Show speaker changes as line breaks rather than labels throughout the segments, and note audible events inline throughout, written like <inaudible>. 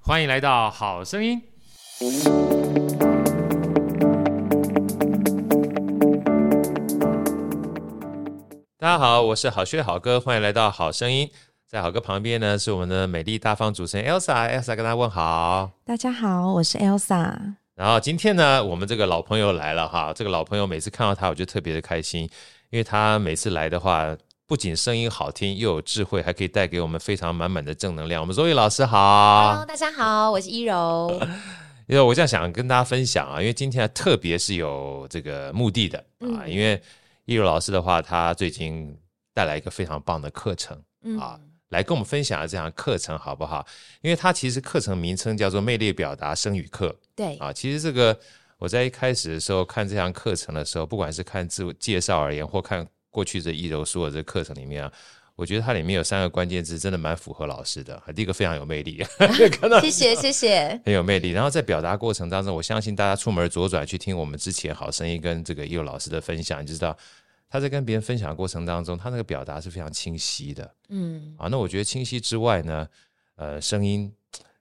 欢迎来到《好声音》。大家好，我是好学好哥，欢迎来到《好声音》。在好哥旁边呢，是我们的美丽大方主持人 Elsa，Elsa 跟大家问好。
大家好，我是 Elsa。
然后今天呢，我们这个老朋友来了哈，这个老朋友每次看到他，我就特别的开心，因为他每次来的话，不仅声音好听，又有智慧，还可以带给我们非常满满的正能量。我们周易老师好
Hello，，大家好，我是一
<laughs>
柔。
因为我这样想跟大家分享啊，因为今天特别是有这个目的的啊，
嗯
因为易柔老师的话，他最近带来一个非常棒的课程，
嗯
啊来跟我们分享这堂课程好不好？因为他其实课程名称叫做《魅力表达声语课》。
对，
啊，其实这个我在一开始的时候看这堂课程的时候，不管是看自我介绍而言，或看过去这一柔所有的课程里面啊，我觉得它里面有三个关键字，真的蛮符合老师的。第一个非常有魅力， <laughs> 看到
谢
<laughs>
谢谢谢，
很有魅力。然后在表达过程当中，我相信大家出门左转去听我们之前好声音跟这个叶老师的分享，你就知道他在跟别人分享的过程当中，他那个表达是非常清晰的
嗯
啊。那我觉得清晰之外呢，呃，声音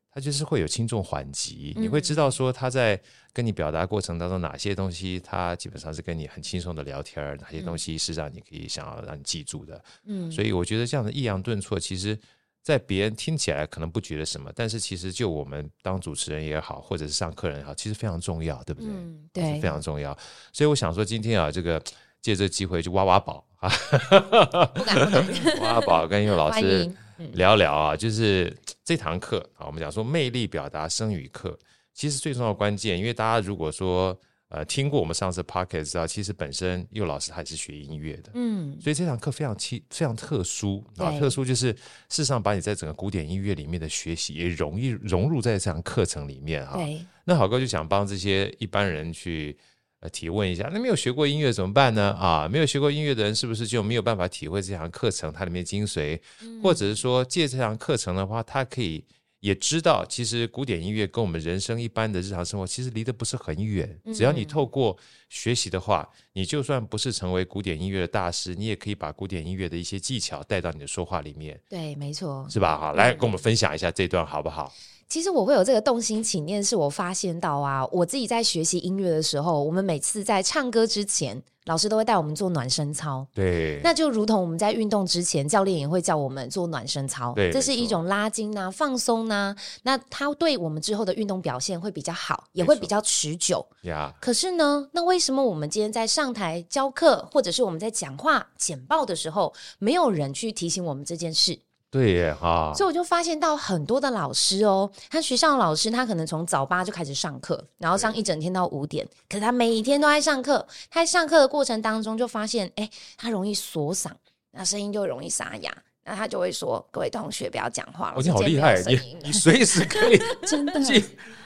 它就是会有轻重缓急，你会知道说他在跟你表达过程当中哪些东西，他基本上是跟你很轻松的聊天儿，哪些东西是让你可以想要让你记住的。
嗯，
所以我觉得这样的抑扬顿挫，其实在别人听起来可能不觉得什么，但是其实就我们当主持人也好，或者是上课人也好，其实非常重要，对不对？
嗯
还
对
是非，常重要。所以我想说，今天啊，这个借这个机会去挖挖宝啊，
不敢不敢，
挖挖宝跟佑老
欢
师
迎，嗯
聊聊啊，就是这堂课啊，我们讲说魅力表达声语课，其实最重要的关键，因为大家如果说呃听过我们上次 p o c k e t 知道，其实本身佑老师他也是学音乐的，
嗯
所以这堂课非常奇非常特殊啊，
对
特殊就是事实上把你在整个古典音乐里面的学习也容易融入在这堂课程里面啊。
对，
那好哥就想帮这些一般人去呃提问一下，那没有学过音乐怎么办呢？啊，没有学过音乐的人是不是就没有办法体会这堂课程它里面精髓？
嗯
嗯
或者是说借这堂课程的话，他可以也知道，其实古典音乐跟我们人生一般的日常生活其实离得不是很远。
嗯
只要你透过学习的话，你就算不是成为古典音乐的大师，你也可以把古典音乐的一些技巧带到你的说话里面，
对，没错。
是吧？好，来
嗯
跟我们分享一下这段好不好？
其实我会有这个动心起念，是我发现到啊，我自己在学习音乐的时候，我们每次在唱歌之前，老师都会带我们做暖身操。
对，
那就如同我们在运动之前，教练也会叫我们做暖身操
对，
这是
没错
一种拉筋呐、放松呐、那它对我们之后的运动表现会比较好，也会
没错
比较持久。
呀，
可是呢，那为什么我们今天在上台教课，或者是我们在讲话简报的时候，没有人去提醒我们这件事？
对耶哈，
所以我就发现到很多的老师哦，他学校的老师他可能从早八就开始上课，然后上一整天到五点，可是他每一天都在上课。他在上课的过程当中就发现，哎，他容易锁嗓，那声音就容易沙哑。那他就会说：“各位同学，不要讲话
哦，
了。我
你
今
好
天
厉
没有
害，
声音 <laughs>
你你随时可以
<laughs> 真的
进，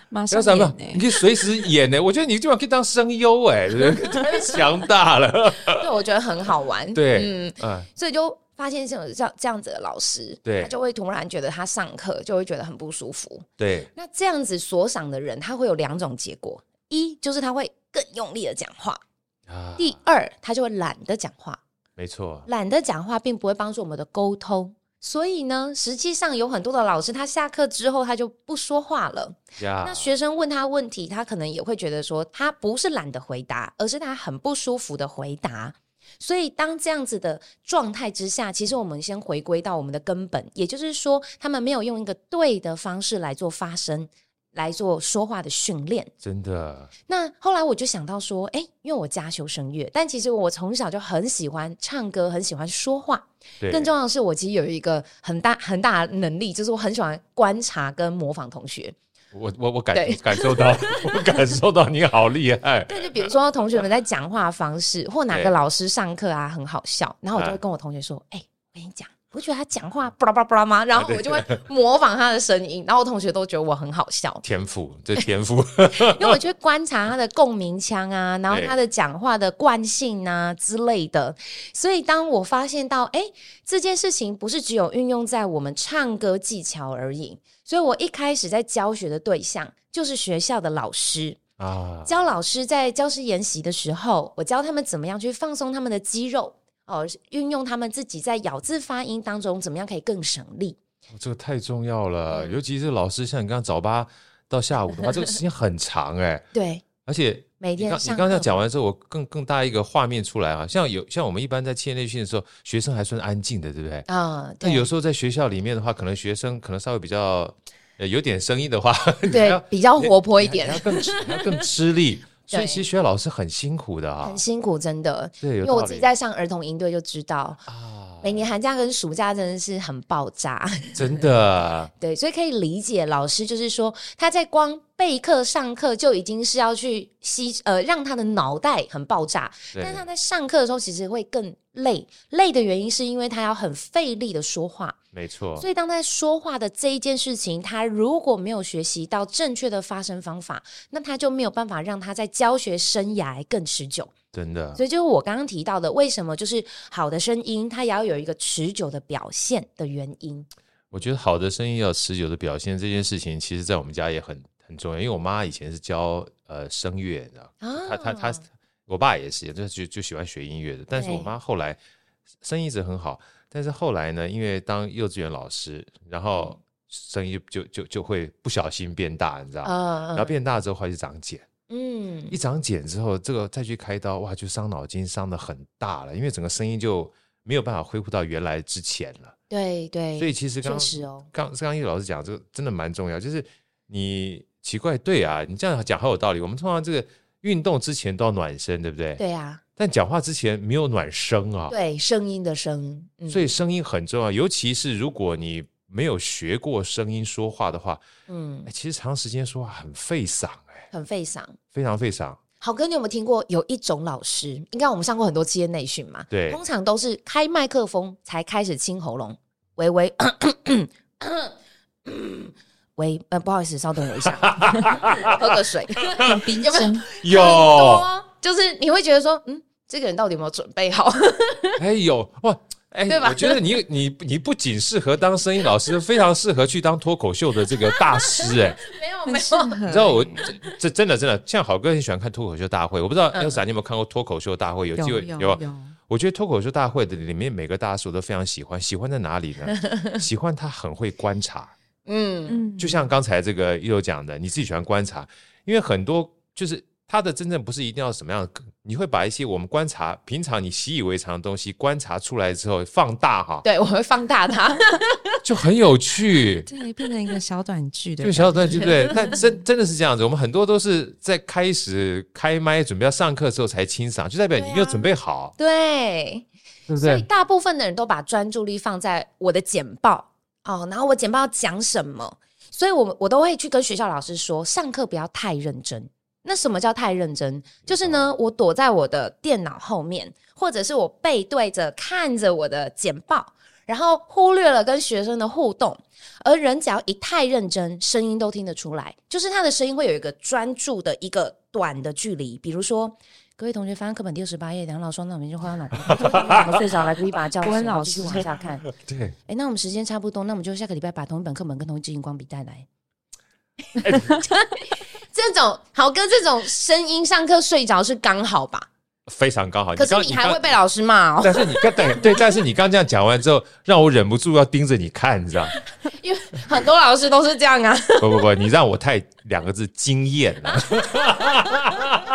马
不要
上
想到
演，
你
欸
可以随时演呢。我觉得你今晚可以当声优哎， <laughs> 对不对太强大了。 <laughs>
对，我觉得很好玩。
对，
嗯，
嗯，
所以就发现这种这这样子的老师，
对
他就会突然觉得他上课就会觉得很不舒服。
对，
那这样子所赏的人，他会有两种结果：一就是他会更用力的讲话；
啊，
第二，他就会懒得讲话。
没错，
懒得讲话并不会帮助我们的沟通。所以呢，实际上有很多的老师，他下课之后他就不说话了。
呀，
嗯那学生问他问题，他可能也会觉得说，他不是懒得回答，而是他很不舒服的回答。所以，当这样子的状态之下，其实我们先回归到我们的根本，也就是说，他们没有用一个对的方式来做发声，来做说话的训练。
真的，
那后来我就想到说，哎，因为我家修声乐，但其实我从小就很喜欢唱歌，很喜欢说话。
对，
更重要的是，我其实有一个很大很大的能力，就是我很喜欢观察跟模仿同学。
我我我感
对
感受到，我感受到你好厉害，
那就比如说同学们在讲话方式，或哪
对，
个老师上课啊很好笑，然后我就会跟我同学说：“哎、我跟你讲，我觉得他讲话巴拉巴拉巴拉吗？”然后我就会模仿他的声音，然后我同学都觉得我很好笑
天赋，这天
<laughs>
赋，
因为我就会观察他的共鸣腔
<laughs>
啊，然后他的讲话的惯性啊之类的。所以当我发现到，哎、这件事情不是只有运用在我们唱歌技巧而已，所以我一开始在教学的对象就是学校的老师。
啊，
教老师在教师研习的时候，我教他们怎么样去放松他们的肌肉，哦，运用他们自己在咬字发音当中怎么样可以更省力。
哦这个太重要了，
嗯
尤其是老师像你刚刚早八到下午的话，这个时间很长哎、
对，
而且
每
你
天
刚你
上
刚刚这
课
样讲完之后，我更更大一个画面出来啊，像有像我们一般在企业内训的时候，学生还算安静的，对不对？
啊，
那
对，
有时候在学校里面的话，可能学生可能稍微比较呃有点声音的话， <laughs> 你还
对
要
比较活泼一
你还
点
你还，要更吃你还要更吃力，所以
对
其实学校老师很辛苦的啊
很，辛苦，真的。
对，有
因为
道
我
理
自己在上儿童营队就知道，
啊，
每年寒假跟暑假真的是很爆炸，
真的。
对，所以可以理解老师就是说他在光备课上课就已经是要去吸呃让他的脑袋很爆炸，
对
但是他在上课的时候其实会更累，累的原因是因为他要很费力的说话，
没错
所，以当他在说话的这一件事情，他如果没有学习到正确的发声方法，那他就没有办法让他在教学生涯更持久。
真的
所以就是我刚刚提到的，为什么就是好的声音，它也要有一个持久的表现的原因。
我觉得好的声音要持久的表现这件事情，其实在我们家也很很重要。因为我妈以前是教呃声乐，你知道，
啊
她她她，我爸也是，就就就喜欢学音乐的。但是我
对
妈后来声音一直很好，但是后来呢，因为当幼稚园老师，然后声音就就就就会不小心变大，你知道。
呃
然后变大之后，后来就长茧，
嗯
一长茧之后，这个再去开刀，哇，就伤脑筋，伤的很大了，因为整个声音就没有办法恢复到原来之前了。
对对，
所以其实刚
哎确实哦，
刚刚叶老师讲这个真的蛮重要，就是你奇怪，对啊，你这样讲很有道理。我们通常这个运动之前都要暖身，对不对？。
对啊，
但讲话之前没有暖声啊，
对声音的声，嗯
所以声音很重要，尤其是如果你没有学过声音说话的话，
嗯
哎，其实长时间说话很费嗓、哎，
很费嗓。
非常费嗓。
好哥，你有没有听过有一种老师？应该我们上过很多企业内训嘛，
对
通常都是开麦克风才开始清喉咙，微微。 <coughs> 喂，呃，不好意思，稍等我一下， <laughs> 喝个水。
冰
有没有
针
有，
多，啊就是你会觉得说，嗯，这个人到底有没有准备好？
哎有哇。哎，
对吧
我觉得你你你不仅适合当声音老师，非常适合去当脱口秀的这个大师
<laughs>
哎、
<laughs> 没有
很适合。
你知道我这这真的真的，像好哥很喜欢看脱口秀大会，我不知道
嗯
Elsa 你有没有看过脱口秀大会？有机
有
会
有
啊
有，
我觉得脱口秀大会的里面每个大叔我都非常喜欢，喜欢在哪里
<laughs>
呢？喜欢他很会观察，
嗯，
嗯
就像刚才这个一楼讲的，你自己喜欢观察，因为很多就是他的真正不是一定要什么样的梗，你会把一些我们观察平常你习以为常的东西观察出来之后放大哈，
对，我会放大它。
就很有趣。
对，变成一个小短剧的
就，小短剧对，
<laughs>
但真真的是这样子。我们很多都是在开始开麦准备要上课之后才清嗓，就代表你没有准备好，
<laughs> 对，啊
对,、
所
不
以
对？
大部分的人都把专注力放在我的简报哦，然后我简报要讲什么，所以我们我都会去跟学校老师说，上课不要太认真。那什么叫太认真？就是呢，我躲在我的电脑后面，或者是我背对着看着我的简报，然后忽略了跟学生的互动。而人只要一太认真，声音都听得出来，就是他的声音会有一个专注的一个短的距离。比如说，各位同学翻课本第二十八页，梁老师，那我们就换到 <laughs> 哪个？睡着来，可以把教室
温老
然后继续
师
往下看。
对，
哎，那我们时间差不多，那我们就下个礼拜把同一本课本跟同一支荧光笔带来。
哎
<laughs> 这种豪哥这种声音上课睡着是刚好吧？
非常刚好。
可是
刚
你还会
刚
被老师骂
<laughs>
哦，
但是你刚对对，但是你刚这样讲完之后，让我忍不住要盯着你看，你知道？
因为很多老师都是这样啊。
不不不，你让我太两个字惊艳了， <laughs>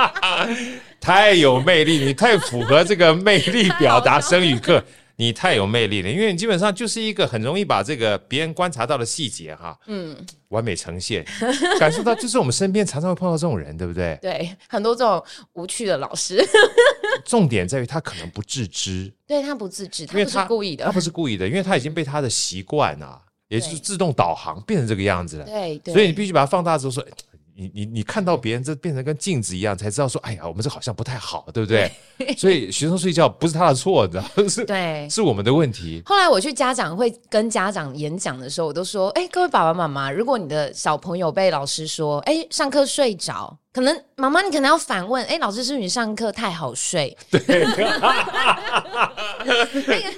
太有魅力，你太符合这个魅力表达声语课，你太有魅力了，因为你基本上就是一个很容易把这个别人观察到的细节哈，
嗯，
完美呈现，感受到就是我们身边常常会碰到这种人，对不对？
对，很多这种无趣的老师， <laughs>
重点在于他可能不自知，
对他不自知，他
因为
不是故意
他
的。
不是故意的，因为他已经被他的习惯啊，也就是
对
自动导航变成这个样子了。
对对，
所以你必须把它放大之后说，哎你你你看到别人这变成跟镜子一样，才知道说，哎呀，我们这好像不太好，对不对？
<laughs>
所以学生睡觉不是他的错，你知道，是
对。
是我们的问题。
后来我去家长会跟家长演讲的时候，我都说：哎、各位爸爸妈妈，如果你的小朋友被老师说，哎、上课睡着，可能妈妈你可能要反问：哎、老师是不是你上课太好睡？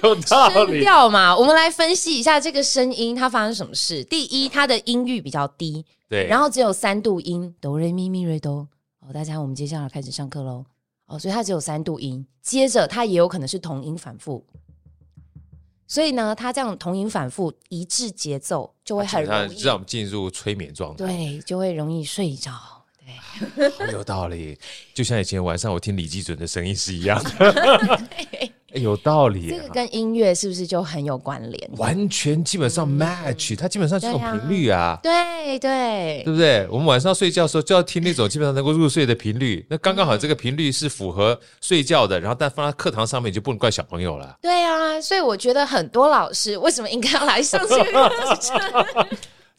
有道
声
理，
调嘛，我们来分析一下这个声音它发生什么事。第一，它的音域比较低，
对，
然
后
后只有三度音，哆瑞咪咪瑞哆。哦，大家我们接下来开始上课喽。哦，所以它只有三度音，接着它也有可能是同音反复。所以呢，他这样同音反复、一致节奏，就会很
让
容易
让我们进入催眠状态，
对，就会容易睡着。对，
很有道理。就像以前晚上我听李济准的声音是一样
<laughs>
的，哎有道理、
这
啊
个。跟音乐是不是就很有关联？
完全基本上 match，、它基本上这种
嗯对啊
频率啊，
对对
对不对？我们晚上睡觉的时候就要听那种基本上能够入睡的频率，那刚刚好这个频率是符合睡觉的，然后但放在课堂上面就不能怪小朋友了。
对啊！所以我觉得很多老师为什么应该要
<laughs>
来上这个课程？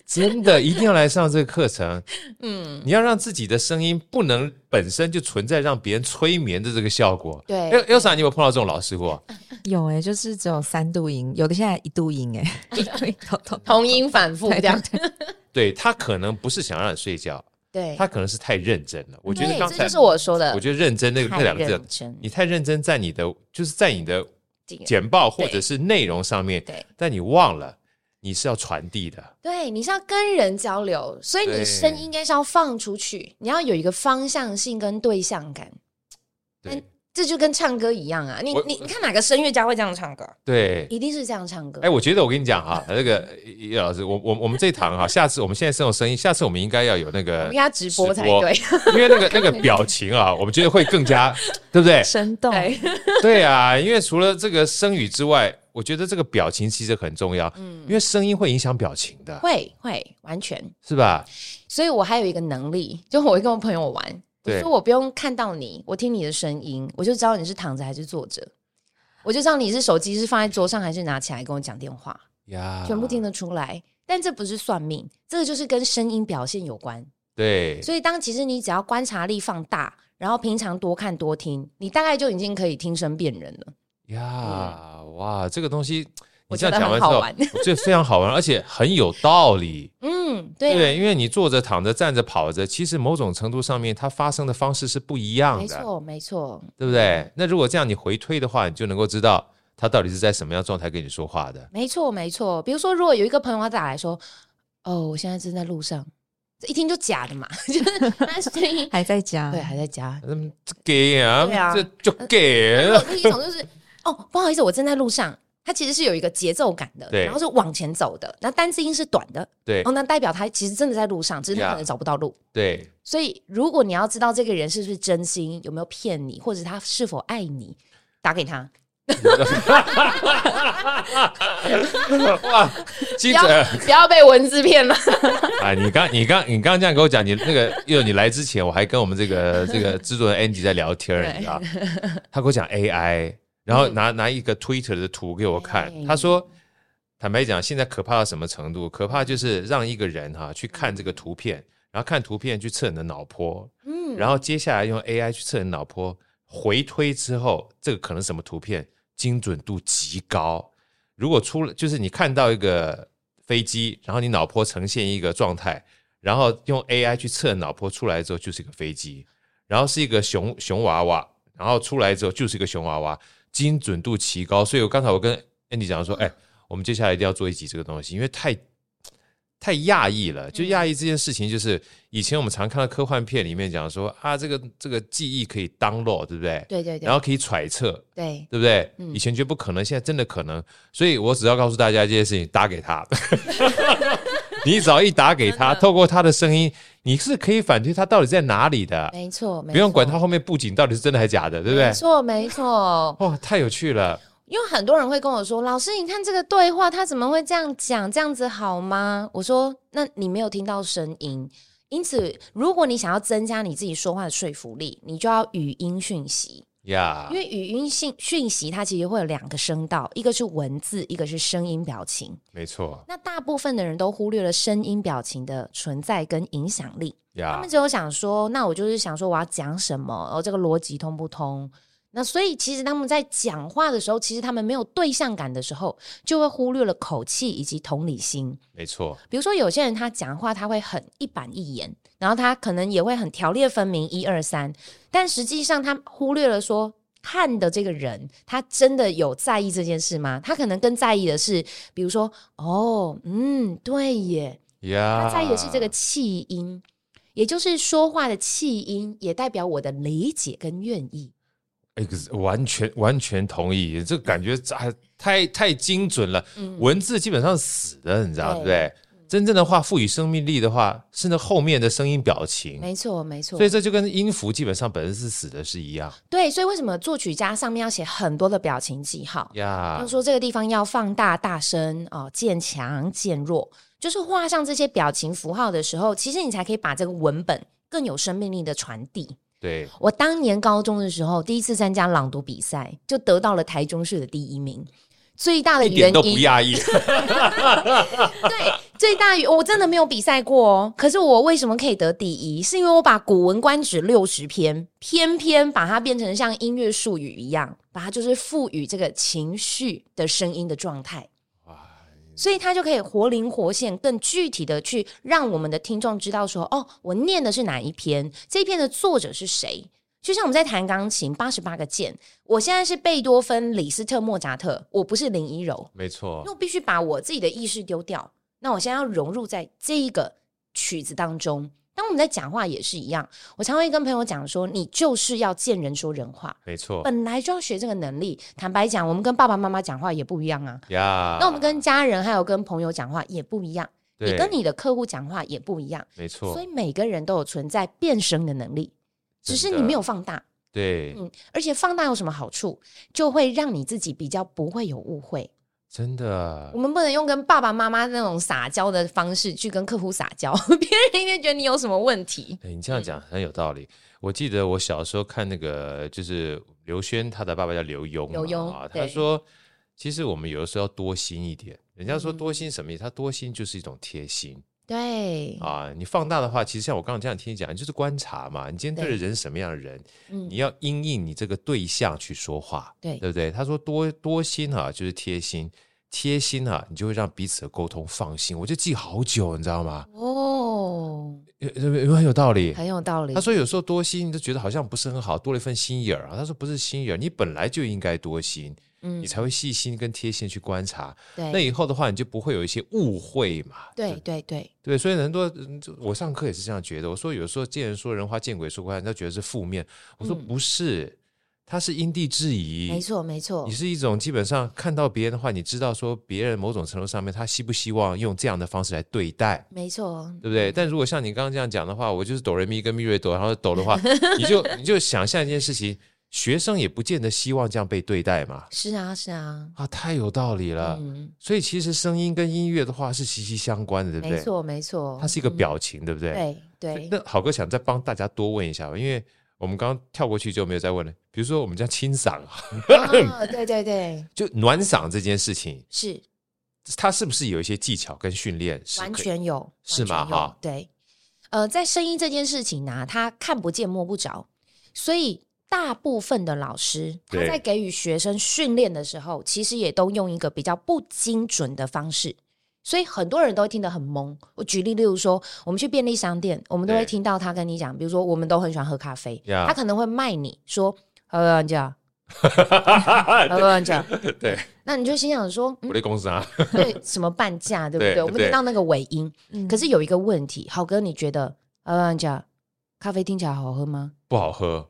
真的一定要来上这个课程，嗯，你要让自己的声音不能本身就存在让别人催眠的这个效果。
对
L Elsa，你有没有碰到这种老师啊过？
有哎、就是只有三度音，有的现在一度音哎、一度音头头
同音反复
对
这样
对，对
对他可能不是想让你睡觉，
对，
他可能是太认真了。我觉得
对
刚
这
才
就是我说的，
我觉得认真那个那
太
两个字
认，真，
你太认真在你的就是在你的
这个
简报或者是内容上面，
对
但你忘了你是要传递的。
对，你是要跟人交流，所以
对
你声音应该是要放出去，你要有一个方向性跟对象感，
对
嗯这就跟唱歌一样啊。你
我
你你看哪个声乐家会这
<laughs>
样唱歌？
对，
一定是这样唱歌
哎，。我觉得我跟你讲
<laughs>
哈，那个叶老师，我我我们这一堂哈，下次我们现在是用声音，下次我们应该要有那
我
个
们要直播才对，
<laughs>
<laughs>
因为那个那个表情啊，我们觉得会更加，对不对？
生动，
对
对啊，因为除了这个声语之外，我觉得这个表情其实很重要，因为声音会影响表情的，
嗯会会完全。
是吧？
所以我还有一个能力，就我会跟我朋友玩，我
对
说我不用看到你，我听你的声音，我就知道你是躺着还是坐着，我就知道你是手机是放在桌上还是拿起来跟我讲电话。
呀
全部听得出来。但这不是算命，这个就是跟声音表现有关。
对，
所以当其实你只要观察力放大，然后平常多看多听，你大概就已经可以听声辨人了。
呀，哇，这个东西你
我
这
觉
样
得
讲完
很
之
好
后
玩，
我觉得非常好玩，而且很有道理。
嗯，
对不
对
对，因为你坐着、躺着、站着、跑着，其实某种程度上面，它发生的方式是不一
啊，
样
没
的，
错，没错，
对不对？那如果这样你回推的话，你就能够知道他到底是在什么样状态跟你说话的。
没错，没错。比如说，如果有一个朋友他打来说：“哦，我现在正在路上。”这一听就假的嘛， <laughs> 就是他声
<laughs>
音
还在家，
对还在家。
嗯，这 gay 啊，
对啊呃
这就 gay
还有
了。
另一种就是哦，不好意思，我正在路上。它其实是有一个节奏感的，
对
然后是往前走的，那单字音是短的，
对
哦，那代表他其实真的在路上，只是他
Yeah
可能找不到路。
对
<laughs> 所以，如果你要知道这个人是不是真心，有没有骗你，或者他是否爱你，打给他。
哇，记
不要
者
不要被文字骗了。
<laughs> 啊，你刚你刚你刚这样跟我讲，你那个因为你来之前，我还跟我们这个这个制作人 Andy 在聊天，
对
你知道，他跟我讲 AI，然后拿拿一个 Twitter 的图给我看，
哎
他说。坦白讲，现在可怕到什么程度？可怕就是让一个人哈、去看这个图片，然后看图片去测你的脑波，
嗯，
然后接下来用 AI 去测你脑波，回推之后，这个可能什么图片精准度极高。如果出了就是你看到一个飞机，然后你脑波呈现一个状态，然后用 AI 去测脑波出来之后就是一个飞机，然后是一个熊熊娃娃，然后出来之后就是一个熊娃娃，精准度奇高。所以我刚才我跟 Andy 讲说，哎，我们接下来一定要做一集这个东西，因为太太讶异了。
嗯
就讶异这件事情，就是以前我们常看到科幻片里面讲说啊，这个这个记忆可以 download，对不对？
对对
然
对
后可以揣测，
对，
对不对？
嗯
以前觉得不可能，现在真的可能。所以我只要告诉大家一件事情：打给他。 <laughs> 你只要一打给
嗯
他，透过他的声音，你是可以反推他到底在哪里的，
没错，没错
不用管他后面布景到底是真的还假的，对不对
没？错没错，
哇，太有趣了！
因为很多人会跟我说：“老师，你看这个对话，他怎么会这样讲？这样子好吗？”我说：“那你没有听到声音，因此，如果你想要增加你自己说话的说服力，你就要语音讯息。
呀、
因为语音信讯息它其实会有两个声道，一个是文字，一个是声音表情。
没错
那大部分的人都忽略了声音表情的存在跟影响力。他
呀
们只有想说，那我就是想说我要讲什么，哦，这个逻辑通不通？那所以其实他们在讲话的时候，其实他们没有对象感的时候，就会忽略了口气以及同理心。
没错，
比如说有些人他讲话他会很一板一眼，然后他可能也会很条列分明一二三，但实际上他忽略了说。看的这个人，他真的有在意这件事吗？他可能更在意的是，比如说，哦，嗯，对耶，
呀、
它在也是这个气音，也就是说话的气音，也代表我的理解跟愿意。
哎，可是完全完全同意，这感觉这还太太精准了。
嗯
文字基本上是死的，你知道对
对
不对？真正的话赋予生命力的话，是那后面的声音表情。
没错，没错
嗯
哦
所。以这就跟音符基本上本身是死的是一样
对，所以为什么作曲家上面要写很多的表情记号？
呀
要。说这个地方要放大、大声哦，渐强、渐弱，就是画上这些表情符号的时候，其实你才可以把这个文本更有生命力的传递。
对，
我当年高中的时候，第一次参加朗读比赛，就得到了台中市的第一名。最大的
一点
原
都不
因，
压
<laughs>
抑。
对，最大原我真的没有比赛过哦。可是我为什么可以得第一？是因为我把《古文观止》六十篇，偏偏把它变成像音乐术语一样，把它就是赋予这个情绪的声音的状态。所以它就可以活灵活现，更具体的去让我们的听众知道说，哦，我念的是哪一篇，这一篇的作者是谁。就像我们在弹钢琴，八十八个键，我现在是贝多芬、李斯特、莫扎特，我不是林一柔，
没
因
错
为，我必须把我自己的意识丢掉。那我现在要融入在这一个曲子当中。当我们在讲话也是一样，我常会跟朋友讲说，你就是要见人说人话，
没错
本来就要学这个能力。坦白讲，我们跟爸爸妈妈讲话也不一样啊。
呀。
那我们跟家人还有跟朋友讲话也不一样，
对
你跟你的客户讲话也不一样，
没错
所以，每个人都有存在变声的能力，只是
真的
你没有放大。
对，
嗯而且放大有什么好处？就会让你自己比较不会有误会。
真的
我们不能用跟爸爸妈妈那种撒娇的方式去跟客户撒娇， <laughs> 别人一定觉得你有什么问题。
哎，你这样讲很有道理。我记得我小时候看那个，就是刘轩，他的爸爸叫刘墉嘛，
刘墉
啊，他
对
说，其实我们有的时候要多心一点。人家
嗯
说多心什么意思？他多心就是一种贴心
对，
啊。你放大的话，其实像我刚刚这样听你讲，你就是观察嘛。你今天对
对
着人什么样的人，
嗯
你，要因应你这个对象去说话，
对
对不对？他说多多心啊，就是贴心，贴心啊，你就会让彼此的沟通放心。我就记好久，你知道吗？
哦，
有有有很有道理，
很有道理。
他说有时候多心，你就觉得好像不是很好，多了一份心眼儿啊。他说不是心眼儿，你本来就应该多心，
嗯
你才会细心跟贴心去观察。那
对，
以后的话，你就不会有一些误会嘛。
对，对，对，
对，所以很多嗯就我上课也是这样觉得。我说有时候见人说人话，见鬼说鬼话，人家觉得是负面。我说
嗯
不是，它是因地制宜。
没错，没错
你。是一种基本上看到别人的话，你知道说别人某种程度上面他希不希望用这样的方式来对待。
没错，
对不对？但如果像你刚刚这样讲的话，我就是哆来咪跟咪瑞哆，然后哆的话，你就你就想象一件事情，学生也不见得希望这样被对待嘛。
是啊，是啊，
啊，太有道理了。
嗯，
所以其实声音跟音乐的话是息息相关的，对不
没
对？
错，没错，
它是一个
嗯
表情，对不对？
对
所以
对， <laughs>
那好哥想再帮大家多问一下吧，因为我们刚刚跳过去就没有再问了。比如说我们叫清嗓，啊
哦对对对，
<laughs> 就暖嗓这件事情，
是
它是不是有一些技巧跟训练是可以？
完全有，完
是吗
全有
哈
对，呃，在声音这件事情呢、他看不见摸不着，所以大部分的老师他
对
在给予学生训练的时候，其实也都用一个比较不精准的方式。所以很多人都会听得很懵。我举例，例如说，我们去便利商店，我们都会
对
听到他跟你讲，比如说，我们都很喜欢喝咖啡
Yeah
<laughs> 他可能会卖你说，呃，这样，呃，这样，
<laughs> 对，
那你就心想说，
<laughs>
嗯
我，的公司啊，
对，什么半价，对不
对
对？我们
对
听到那个尾音，
嗯
可是有一个问题，豪哥，你觉得呃半价咖啡听起来好喝吗？
不好喝。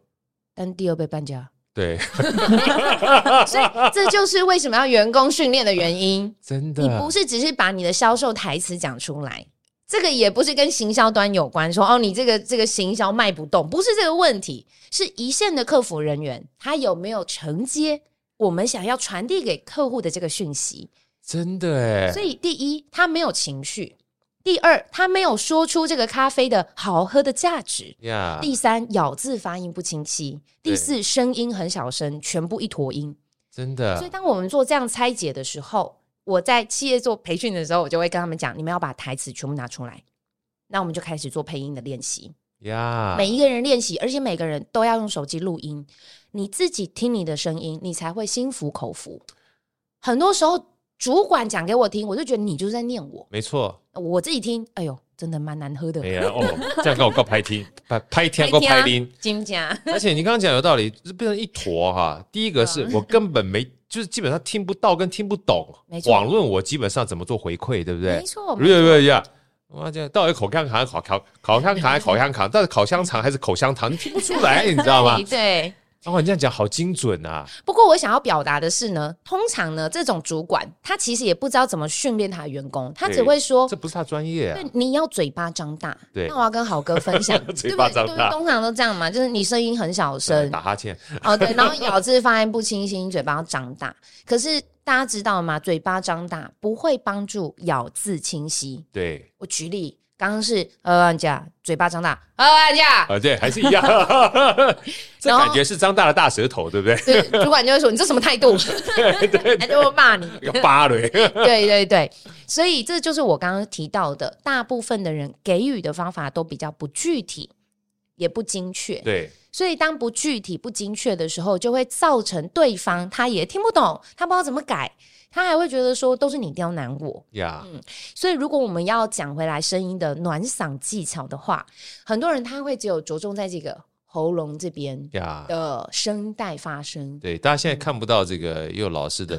但第二杯半价，
对，
所以这就是为什么要员工训练的原因。
真的，
你不是只是把你的销售台词讲出来，这个也不是跟行销端有关，说哦，你这个这个行销卖不动，不是这个问题，是一线的客服人员他有没有承接我们想要传递给客户的这个讯息。
真的哎，
所以第一，他没有情绪；第二，他没有说出这个咖啡的好喝的价值；
呀，
第三，咬字发音不清晰；
啊对
第四，声音很小声，全部一坨音。
真
所
的
以，当我们做这样拆解的时候，我在企业做培训的时候，我就会跟他们讲，你们要把台词全部拿出来。那我们就开始做配音的练习，
呀，
每一个人练习，而且每个人都要用手机录音，你自己听你的声音，你才会心服口服。很多时候，主管讲给我听，我就觉得你就是在念我。
没错，
我自己听，哎呦，真的蛮难喝的
哎。呀哦，这样跟我告拍听， <laughs> 拍拍天
拍
跟我
天啊
拍零。
<laughs> 金家，
而且你刚刚讲有道理，就是变成一坨哈。第一个是
啊
我根本没，就是基本上听不到跟听不懂
没，错
网论我基本上怎么做回馈，对不对
<laughs> 没？错，
对对对呀。哇，这样到底口香糖还是烤烤烤香糖还是烤香糖？到底烤香肠还是口香糖？你听不出来，你知道吗
对？对，
哦，你这样讲好精准啊！
不过我想要表达的是呢，通常呢，这种主管他其实也不知道怎么训练他的员工，他只
对
会说
这。不是他专业啊
对，，你要嘴巴张大。
对
那我要跟好哥分享，
<laughs> 嘴
对
巴
吧？
张
对
大
通常都这样嘛，就是你声音很小声，
打哈欠，
哦对，然后咬字发音不清晰，你嘴巴要张大。可是大家知道吗？嘴巴张大不会帮助咬字清晰。
对，
我举例，刚刚是呃万家嘴巴张大，呃
<laughs>
万家，
啊，对，还是一
<laughs>
样，这
然后
感觉是张大的大舌头，对不
<laughs>
对？
对，主管就会说你这什么态度， <laughs> 他就会骂你。
一个芭
<laughs>
蕾， <laughs>
对对对，所以这就是我刚刚提到的，大部分的人给予的方法都比较不具体，也不精确。
对，
所以当不具体、不精确的时候，就会造成对方他也听不懂，他不知道怎么改，他还会觉得说都是你刁难我。
呀，
所以，如果我们要讲回来声音的暖嗓技巧的话，很多人他会只有着重在这个喉咙这边
呀，
的声带发声。
对，大家现在看不到这个佑老师的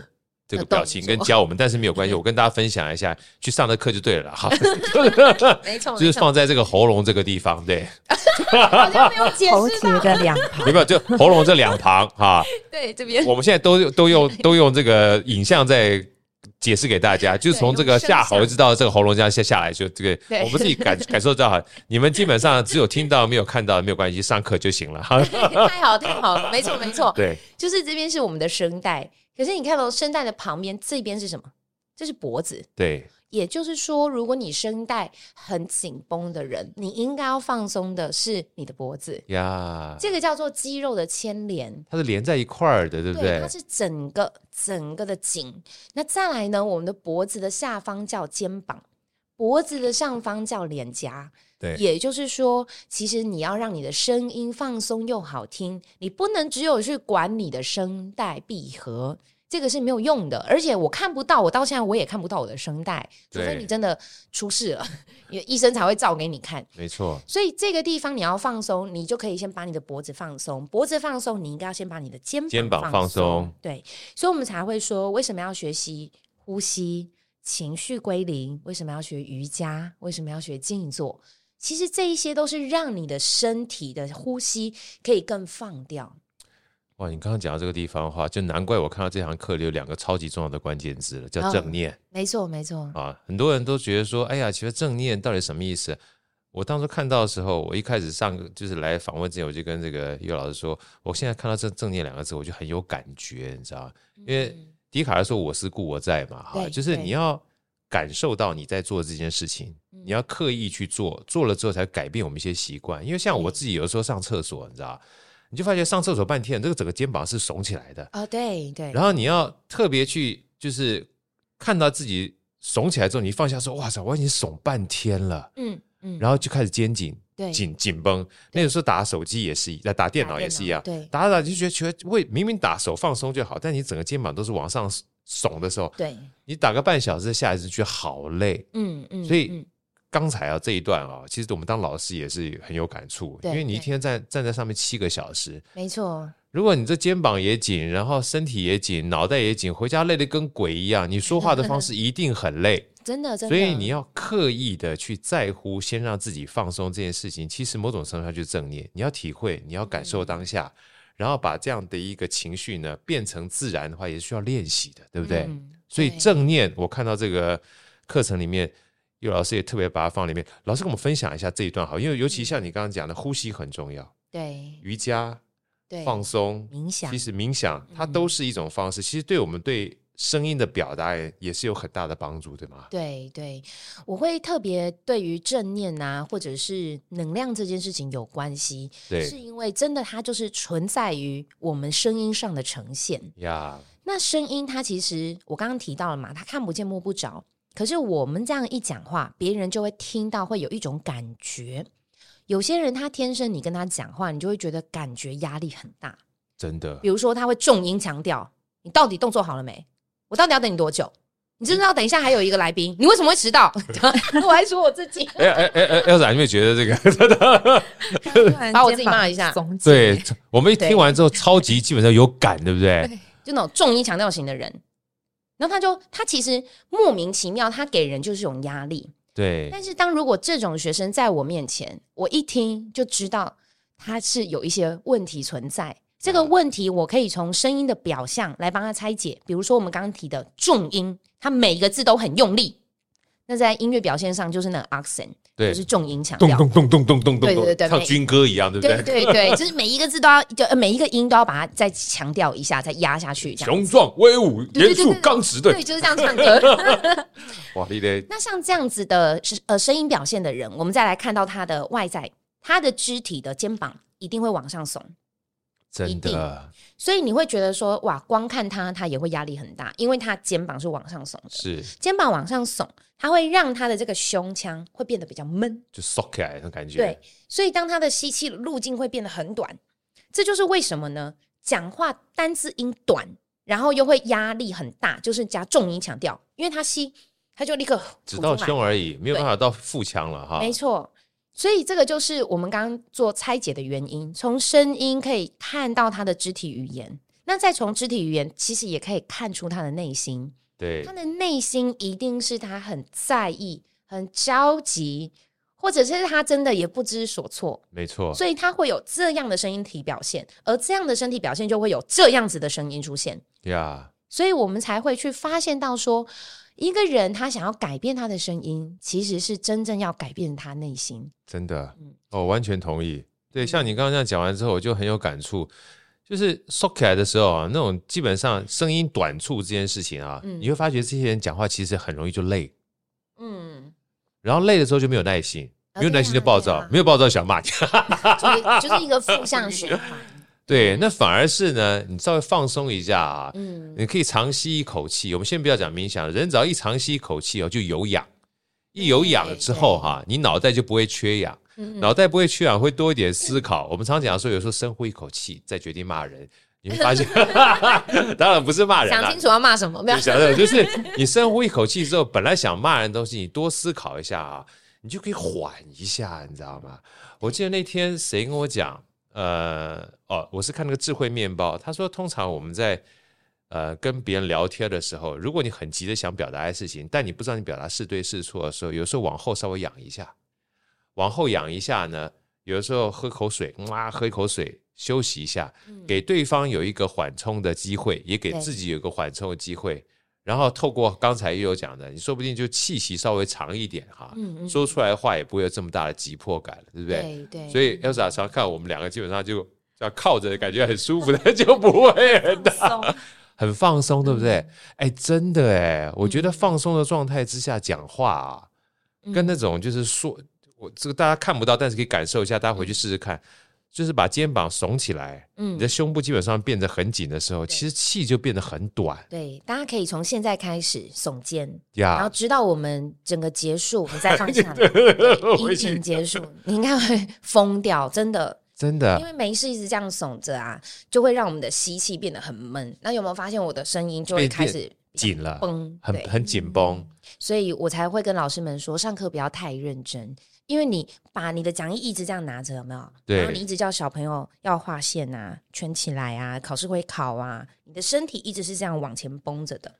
这个
呃动
表情
作
跟教我们，但是没有关系，我跟大家分享一下，去上的课就对了啦，
<laughs>
哈，
没错
就是放在这个喉咙这个地方，对，
好像没有解
喉结的两旁，
有没有？就喉咙这两旁哈，
对
<laughs>
这边 <laughs>
我们现在都都用都用这个影像在。解释给大家，就是从这个下
用
喉
声
一直到这个喉咙这样下下来，就这个
对
我们自己感感受到哈。你们基本上只有听到没有看到没有关系，上课就行了
<laughs>
哈。
太好太好了，没错没错，
对，
就是这边是我们的声带，可是你看到声带的旁边这边是什么？这是脖子。
对，
也就是说，如果你声带很紧绷的人，你应该要放松的是你的脖子，
呀，
这个叫做肌肉的牵连。
它是连在一块儿的，对不对
它？是整个整个的颈。那再来呢，我们的脖子的下方叫肩膀，脖子的上方叫脸颊。
对
也就是说，其实你要让你的声音放松又好听，你不能只有去管你的声带闭合。这个是没有用的，而且我看不到，我到现在我也看不到我的声带，除非
对
你真的出事
<laughs>
了，因为医生才会照给你看。
没错，
所以这个地方你要放松，你就可以先把你的脖子放松，脖子放松，你应该要先把你的肩膀
肩膀放
放
松。
对，所以我们才会说，为什么要学习呼吸、情绪归零？为什么要学瑜伽？为什么要学静坐？其实这一些都是让你的身体的呼吸可以更放掉。
哇，你刚刚讲到这个地方的话，就难怪我看到这堂课里有两个超级重要的关键字了，叫
嗯
正念、
没错，没错，
啊。很多人都觉得说，哎呀，其实正念到底什么意思？我当初看到的时候，我一开始上就是来访问之前，我就跟这个岳老师说，我现在看到这“正念”两个字，我就很有感觉，你知道吗？因为
嗯
笛卡尔说“我思故我在”嘛，哈，
对
就是
对
你要感受到你在做这件事情，
嗯
你要刻意去做，做了之后才改变我们一些习惯。因为像我
嗯
自己有的时候上厕所，你知道，你就发觉上厕所半天，这个整个肩膀是耸起来的，
哦，对对，
然后你要特别去就是看到自己耸起来之后，你放下说：“哇塞，我已经耸半天了。”
嗯嗯，
然后就开始肩颈
对
紧紧绷，那个时候打手机也是一，打电脑也是一样，
对
打打就觉得觉得为明明打手放松就好，但你整个肩膀都是往上耸的时候，
对，
你打个半小时下来就觉得好累。
嗯嗯，
所以
嗯
刚才啊这一段啊，其实我们当老师也是很有感触，因
对
为你一
对
天站站在上面七个小时，
没错，
如果你这肩膀也紧，然后身体也紧，脑袋也紧，回家累得跟鬼一样，你说话的方式一定很累。
真 <laughs> 的真的，
所以你要刻意的去在乎，先让自己放松这件事情，其实某种程度上就是正念。你要体会，你要感受当下，
嗯
然后把这样的一个情绪呢变成自然的话，也是需要练习的，对不对？
嗯
所以
对
正念，我看到这个课程里面，有老师也特别把它放里面。老师跟我们分享一下这一段好，因为尤
嗯
其像你刚刚讲的，呼吸很重要，
对
瑜伽、
对
放松、
冥想
其，实冥想它都是一种方式，其实对我们对声音的表达也也是有很大的帮助，对吗？
对对，我会特别对于正念啊，或者是能量这件事情有关系，是
对
因为真的它就是存在于我们声音上的呈现。
呀，
那声音它其实我刚刚提到了嘛，它看不见摸不着，可是我们这样一讲话，别人就会听到，会有一种感觉。有些人他天生你跟他讲话，你就会觉得感觉压力很大。
真的
比如说他会重音强调，你到底动作好了没？我到底要等你多久？你知不知道等一下还有一个来宾，你为什么会迟到？ <laughs> 我还说我自己，
哎哎哎哎，要然你有觉得这
<laughs>
个
把我自己骂一下
松紧
对，我们一
对
听完之后，超级基本上有感，对不对？
就那种重音强调型的人。然后他就他其实莫名其妙，他给人就是一种压力。
对
但是当如果这种学生在我面前，我一听就知道他是有一些问题存在，这
嗯
个问题我可以从声音的表象来帮他拆解，比如说我们刚刚提的重音，它每个字都很用力，那在音乐表现上就是那个 accent，
对
就，是重音强
咚
调。
咚咚咚咚咚
对对
咚
对
咚，唱
每
军歌一样，对不
对
对？
对对，就是每一个字都要，就呃每一个音都要把它再强调一下，再压下去，这样
雄壮威武，
对对
严肃
对对
刚直，对，
就是这样唱歌。
哇，你的
那像这样子的是呃声音表现的人，我们再来看到他的外在，他的肢体的肩膀一定会往上耸，
真的
所以你会觉得说哇，光看他他也会压力很大，因为他肩膀是往上耸的，
是
肩膀往上耸，它会让他的这个胸腔会变得比较闷，
就 sock 起来那种感觉，
对，所以当他的吸气路径会变得很短，这就是为什么呢？讲话单字音短，然后又会压力很大，就是加重音强调，因为他吸，他就立刻
只
吐
到
出来
胸而已，没有
啊对
办法到腹腔了哈。
没错，所以这个就是我们刚刚做拆解的原因。从声音可以看到他的肢体语言，那再从肢体语言，其实也可以看出他的内心。
对
他，的内心一定是他很在意、很焦急，或者是他真的也不知所措，
没错，
所以他会有这样的声音体表现，而这样的身体表现就会有这样子的声音出现。
呀，
所以我们才会去发现到说，一个人他想要改变他的声音，其实是真正要改变他内心。
真的
嗯，
哦，完全同意。对，像你刚刚这样讲完之后，我就很有感触。就是 sock 起来的时候啊，那种基本上声音短促这件事情啊，
嗯
你会发觉这些人讲话其实很容易就累，
嗯，
然后累的时候就没有耐心，
啊
没有耐心就暴躁，
对啊
没有暴躁想骂你。
就是就是一个负向循环。
<laughs> 对，那反而是呢，你稍微放松一下啊， <laughs>
嗯，
你可以长吸一口气。我们先不要讲冥想，人只要一长吸一口气哦，就有氧。一有氧了之后哈、你脑袋就不会缺氧，
嗯
脑袋不会缺氧，会多一点思考。我们常讲说，有时候深呼一口气，再决定骂人。你会
<laughs>
发现，当然不是骂人
想
啦
清，楚要骂什么，不要
就。想这种，就是你深呼一口气之后，本来想骂人的东西，你多思考一下啊，你就可以缓一下，你知道吗？我记得那天谁跟我讲，呃，哦，我是看那个智慧面包，他说通常我们在呃跟别人聊天的时候，如果你很急着想表达的事情，但你不知道你表达是对是错的时候，有时候往后稍微仰一下，往后仰一下呢，有的时候喝口水，哇、喝一口水。休息一下，给对方有一个缓冲的机会，也给
嗯对
自己有一个缓冲的机会。然后透过刚才也有讲的，你说不定就气息稍微长一点哈，
嗯嗯
说出来的话也不会有这么大的急迫感了，对不对？
对对，
所以 Elsa 常看我们两个基本上就这样靠着，感觉很舒服的， <laughs> 就不会很大
放松
很放松，对不
嗯
对？哎，真的哎，我觉得放松的状态之下讲话啊，
嗯
跟那种就是说，我这个大家看不到，但是可以感受一下，大家回去试试看，就是把肩膀耸起来，你
嗯
的，胸部基本上变得很紧的时候，其实气就变得很短
对，大家可以从现在开始耸肩，然后
呀。
直到我们整个结束，你再
<laughs>
放下来。
回
疫情
去
结束，你应该会疯掉，真的，
真
因
的
为没事一直这样耸着啊，就会让我们的吸气变得很闷。那有没有发现我的声音就会
被
开
变
始
紧了，
崩？
很
对嗯
很紧绷。
所以我才会跟老师们说，上课不要太认真，因为你把你的讲义一直这样拿着，有没有？
对
然后你一直叫小朋友要画线啊、圈起来啊、考试会考啊，你的身体一直是这样往前绷着的，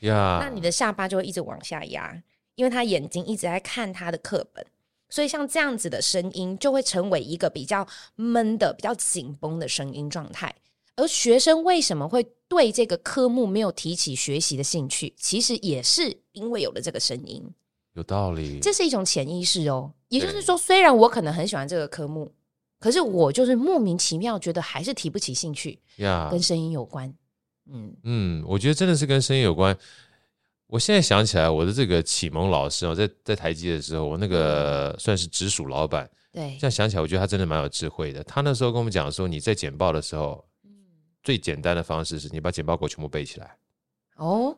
呀，
那你的下巴就会一直往下压，因为他眼睛一直在看他的课本。所以像这样子的声音，就会成为一个比较闷的、比较紧绷的声音状态。而学生为什么会对这个科目没有提起学习的兴趣，其实也是因为有了这个声音。
有道理，
这是一种潜意识哦。也就是
对
说，虽然我可能很喜欢这个科目，可是我就是莫名其妙觉得还是提不起兴趣，
呀
跟声音有关。嗯，
嗯，我觉得真的是跟声音有关。我现在想起来，我的这个启蒙老师哦，在在台积的时候，我那个算是直属老板，
对
这，样想起来，我觉得他真的蛮有智慧的。他那时候跟我们讲说，你在简报的时候，
嗯
最简单的方式是你把简报给我全部背起来，
哦，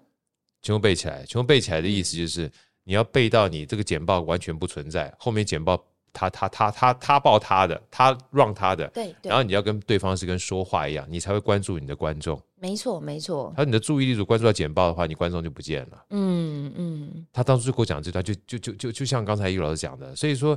全部背起来，全部背起来的意思就是你要背到你这个简报完全不存在，后面简报他他他他他报他的，他让他的，
对对
然，后你要跟对方是跟说话一样，你才会关注你的观众。
没错没错。
他你的注意力如果关注到简报的话，你观众就不见了。
嗯嗯，
他当初就给我讲这段，就就就就就像刚才易老师讲的，所以说，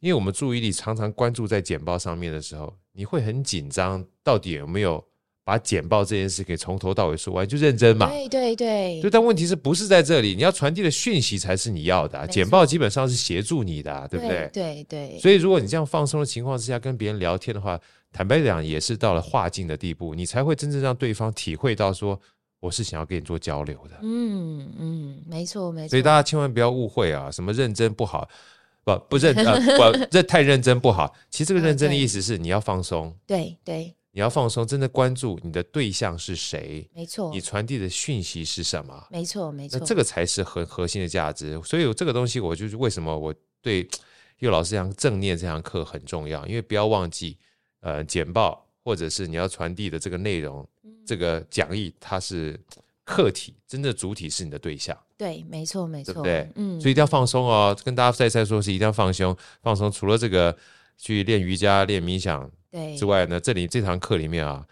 因为我们注意力常常关注在简报上面的时候，你会很紧张，到底有没有把简报这件事给从头到尾说完，就认真嘛。
对对对
对，，但问题是不是在这里？你要传递的讯息才是你要的、啊，
没错
简报基本上是协助你的、啊，对不对？
对对，
所以如果你这样放松的情况之下跟别人聊天的话，坦白讲也是到了化境的地步，你才会真正让对方体会到说我是想要跟你做交流的。
嗯嗯，没错没错，
所以大家千万不要误会啊，什么认真不好，不不认呃不这太认真不好。其实这个
嗯
认真的
对
意思是你要放松，
对对，
你要放松，真的关注你的对象是谁，
没错
你，传递的讯息是什么。
没错没
那
错，
这个才是核核心的价值。所以有这个东西，我就是为什么我对幼老师这堂正念这堂课很重要，因为不要忘记，呃，简报或者是你要传递的这个内容，
嗯
这个讲义它是客体，真的主体是你的对象，
对，没错没
对
错，
不对？
嗯，
所以一定要放松哦，跟大家再再说是一定要放松，放松。除了这个去练瑜伽、练冥想
对
之。外呢，这里这堂课里面啊，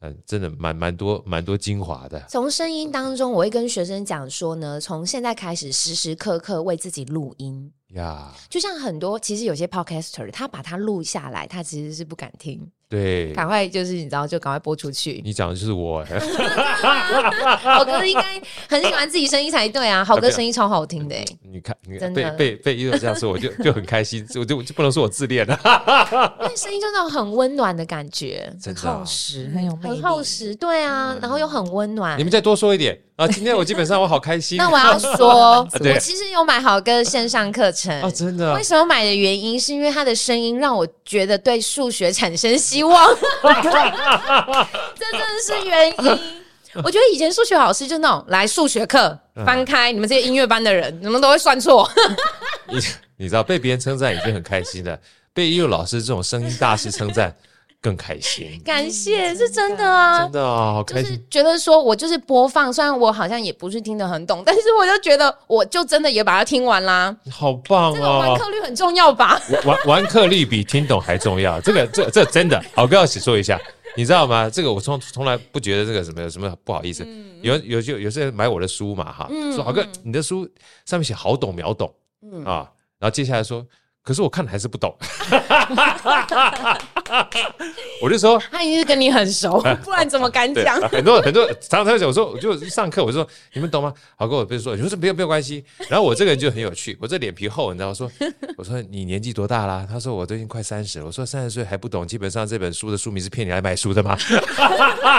嗯、真的蛮蛮多蛮多精华的。
从声音当中，我会跟学生讲说呢，从现在开始，时时刻刻为自己录音。
呀，
就像很多，其实有些 podcaster，他把它录下来，他其实是不敢听，
对，
赶快就是你知道，就赶快播出去。
你讲的就是我、哎啊
好哥哦应该很喜欢自己声音才
<laughs>
对啊，好哥声音超好听的、欸，
你看，你看
真
被
的
被被一总这样说，我就就很开心，我就我就不能说我自恋了。 <laughs>
因为声音就那种很温暖的感觉，
真的啊
厚实，很有魅
很
力，嗯
厚实，对啊，然后又很温暖
你。们再多说一点啊！今天我基本上我好开心。
<laughs> 那我
<laughs>
要说，
啊对
我其实有买好哥的线上课程
哦
啊，真的啊
为什么买的原因是因为他的声音让我觉得对数学产生希望， <laughs> 这真的是原因。我觉得以前数学老师就那种来数学课翻开，你们这些音乐班的人，你们都会算错。
你你知道被别人称赞已经很开心了，被音乐老师这种声音大师称赞更开
<laughs>
心，
<laughs> 感谢，是真的啊
真。的啊，好
就
开
是
心。
觉得说，我就是播放，虽然我好像也不是听得很懂，但是我就觉得，我就真的也把它听完啦。
你好棒
这个完
哦！
课率很重要吧？
玩玩课率比听懂还重要，这个这这真的，好哥要说一下，你知道吗？这个我从从来不觉得这个什么有什么不好意思，有有就有些人买我的书嘛哈，说好哥你的书上面写好懂秒懂，啊，然后接下来说，可是我看了还是不懂， <laughs> 我就说。
他一定是跟你很 <laughs> 熟，不然怎么敢
对，
讲？
很多很多常常讲，我说我就上课，我就说你们懂吗？好哥，我别说，你说这没有没有关系。然后我这个人就很有趣，我这脸皮厚，你知道，我说 <laughs> 我说你年纪多大啦？他说我最近快三十了。我说三十岁还不懂，基本上这本书的书名是骗你来买书的吗？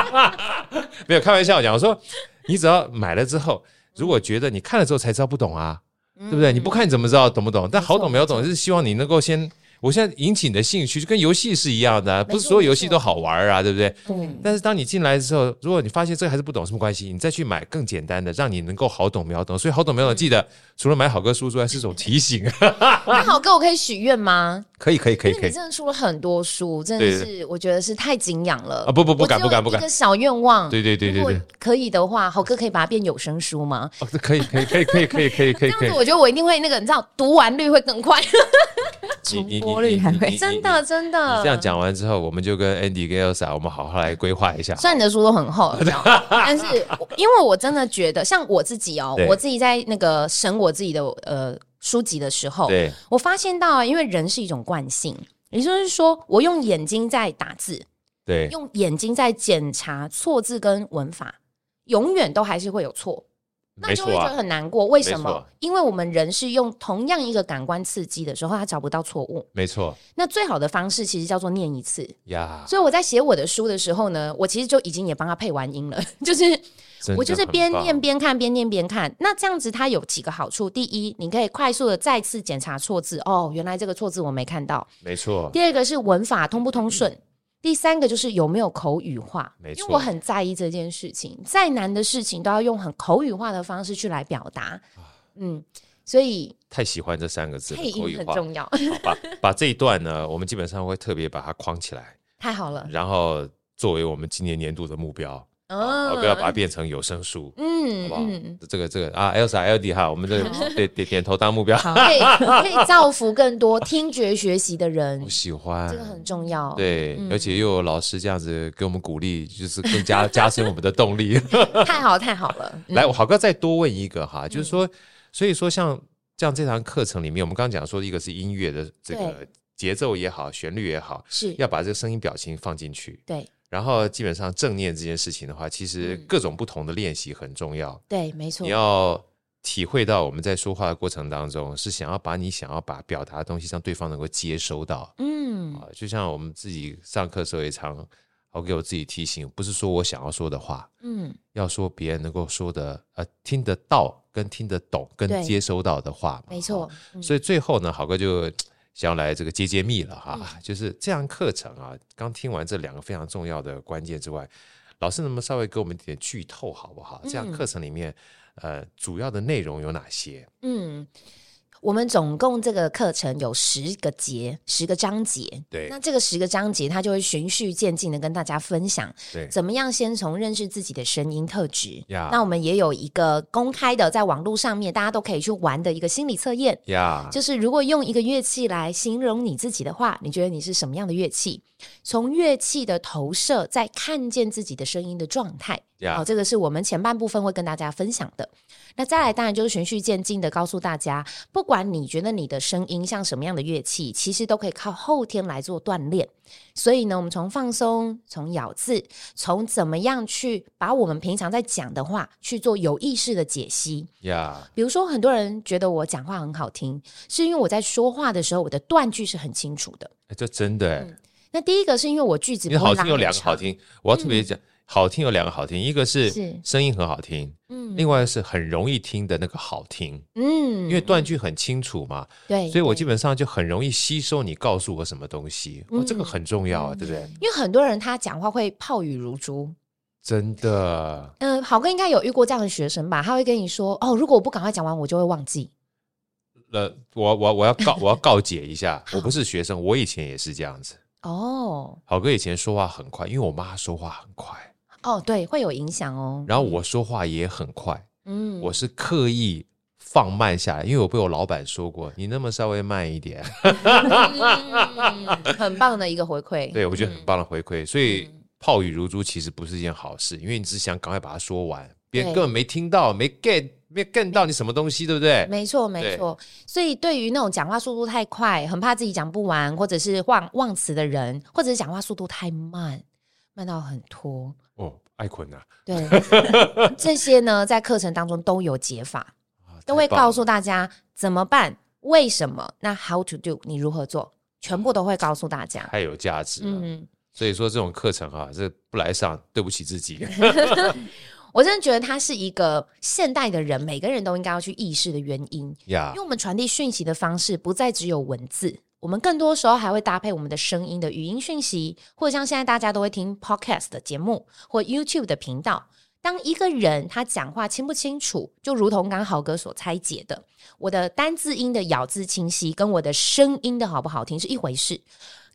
<laughs> 没有开玩笑讲，我说你只要买了之后，如果觉得你看了之后才知道不懂啊，对不对？你不看你怎么知道懂不懂？但好懂没有懂，就是希望你能够先。我现在引起你的兴趣，就跟游戏是一样的啊，不是所有游戏都好玩儿啊，对不对？
嗯
但是当你进来之后，如果你发现这个还是不懂，什么关系？你再去买更简单的，让你能够好懂秒懂。所以好懂秒懂，记得除了买好歌书之外，是种提醒。
那好哥，我可以许愿吗？
可以，可以，可以，
因
哎可
为
以
你。真的出了很多书，真的
对
是我觉得是太敬仰了
啊不不不敢
我只有
不敢不敢
一个小愿望，
对对对对
如果
对，
可以的话，猴哥可以把它变有声书吗？
哦，这可以，可以，可以，可以，可以，可以，可
这
以，
样
可以
子，。我觉得我一定会那个，你知道，读完率会更快，
你你
重播率还会
你你
真的真
你
的。
这样，讲完之后，我们就跟 Andy 跟 Elsa，我们好好来规划一下。
虽然你的书都很
<laughs>
厚，你知道吗但是我因为我真的觉得，像我自己哦
对，
我自己在那个审我自己的呃书籍的时候，
对，
我发现到啊，因为人是一种惯性，也就是说，我用眼睛在打字，
对，
用眼睛在检查错字跟文法，永远都还是会有错，那
没
就会
错
觉得
啊，
很难过。为什
没错
么？因为我们人是用同样一个感官刺激的时候，他找不到错误。
没错
那最好的方式其实叫做念一次。
呀。
所以我在写我的书的时候呢，我其实就已经也帮他配完音了， <laughs> 就是
真的
我就是
很
边
棒
念边看，边念边看。那这样子它有几个好处：第一，你可以快速的再次检查错字，哦，原来这个错字我没看到；
没错，
第二个是文法通不通顺；第三个就是有没有口语化。
嗯没错
因为我很在意这件事情，再难的事情都要用很口语化的方式去来表达。嗯，所以
太喜欢啊这三个字了
配，
口
音
语
很
化。
重要，
好吧，把这一段呢，我们基本上会特别把它框起来，
太好了。
然后作为我们今年年度的目标。
嗯
好，不要把它变成有声书，好
嗯
不好？
嗯。
这个这个啊，Elsa LD 哈，我们这
<laughs>
个点点点头当目标，
可以
<laughs>
可以造福更多听觉学习的人
我，喜欢
这。个很重要。嗯
对，而且又有老师这样子给我们鼓励，就是更加 <laughs> 加深我们的动力。
太好太好了，嗯
来，我好哥再多问一个哈，就是说，所以说像像这堂课程里面，我们刚刚讲说，一个是音乐的这个节奏也好，旋律也好，
是
要把这个声音表情放进去。
对
然后基本上正念这件事情的话，其实
嗯
各种不同的练习很重要。
对，没错
你，要体会到我们在说话的过程当中，是想要把你想要把表达的东西让对方能够接收到
嗯
啊。就像我们自己上课的时候也常，我给我自己提醒，不是说我想要说的话，
嗯，
要说别人能够说的呃听得到、跟听得懂、跟
对
接收到的话嘛。
没错，嗯
所以最后呢，好哥就想要来这个揭揭秘了哈，
嗯
就是这堂课程啊，刚听完这两个非常重要的关键之外，老师能不能稍微给我们一点剧透好不好？这堂
嗯
课程里面，呃，主要的内容有哪些？
嗯，我们总共这个课程有十个节，十个章节。
对
那这个十个章节，它就会循序渐进的跟大家分享，
对
怎么样先从认识自己的声音特质。
呀
那我们也有一个公开的，在网络上面大家都可以去玩的一个心理测验，
呀，
<laughs> 就是如果用一个乐器来形容你自己的话，你觉得你是什么样的乐器？从乐器的投射，再看见自己的声音的状态。
呀
好、这个是我们前半部分会跟大家分享的。那再来，当然就是循序渐进的告诉大家，不管你觉得你的声音像什么样的乐器，其实都可以靠后天来做锻炼。所以呢，我们从放松、从咬字、从怎么样去把我们平常在讲的话去做有意识的解析。
呀，
比如说，很多人觉得我讲话很好听，是因为我在说话的时候我的断句是很清楚的。
哎这真的哎
嗯，那第一个是因为我句子
你的
不会
好
拉
听有
很
两个好
长，
听，我要特别讲，好听有两个好听，一个是
嗯是
声音很好听，
嗯
另外是很容易听的那个好听，
嗯
因为断句很清楚嘛，
对，
所以我
嗯对
基本上就很容易吸收你告诉我什么东西，哦，这个
嗯
很重要啊，对不对？
因为很多人他讲话会炮语如珠。
真的，
嗯，好哥应该有遇过这样的学生吧？他会跟你说：“哦，如果我不赶快讲完，我就会忘记。
呃，我我我要告我要告解一
<laughs>
下，
好
我不是学生，我以前也是这样子。”
哦，
好哥以前说话很快，因为我妈说话很快，
哦，对，会有影响哦。
然后我说话也很快，
嗯 <laughs>
我是刻意放慢下来，因为我被我老板说过，你那么稍微慢一点，
嗯很棒的一个回馈。
<laughs> 对我觉得很
嗯。
棒的回馈。所以
嗯
炮语如珠其实不是一件好事，因为你只想赶快把它说完，别人
对
根本没听到，没 get 没 get 到你什么东西，对不对？
没错，没
对
错。所以对于那种讲话速度太快，很怕自己讲不完，或者是忘忘词的人，或者是讲话速度太慢，慢到很拖，
哦，爱困呐、 <laughs>
对这些呢，在课程当中都有解法，
啊，
都会
太棒了
告诉大家怎么办、为什么，那 how to do，你如何做，全部都会告诉大家。
太有价值了。
嗯，
所以说这种课程啊，这不来上对不起自
<laughs>
己。
我真的觉得它是一个现代的人每个人都应该要去意识的原因，
呀
因为我们传递讯息的方式不再只有文字，我们更多时候还会搭配我们的声音的语音讯息，或者像现在大家都会听 podcast 的节目或 YouTube 的频道。当一个人他讲话清不清楚，就如同刚豪哥所拆解的，我的单字音的咬字清晰，跟我的声音的好不好听是一回事。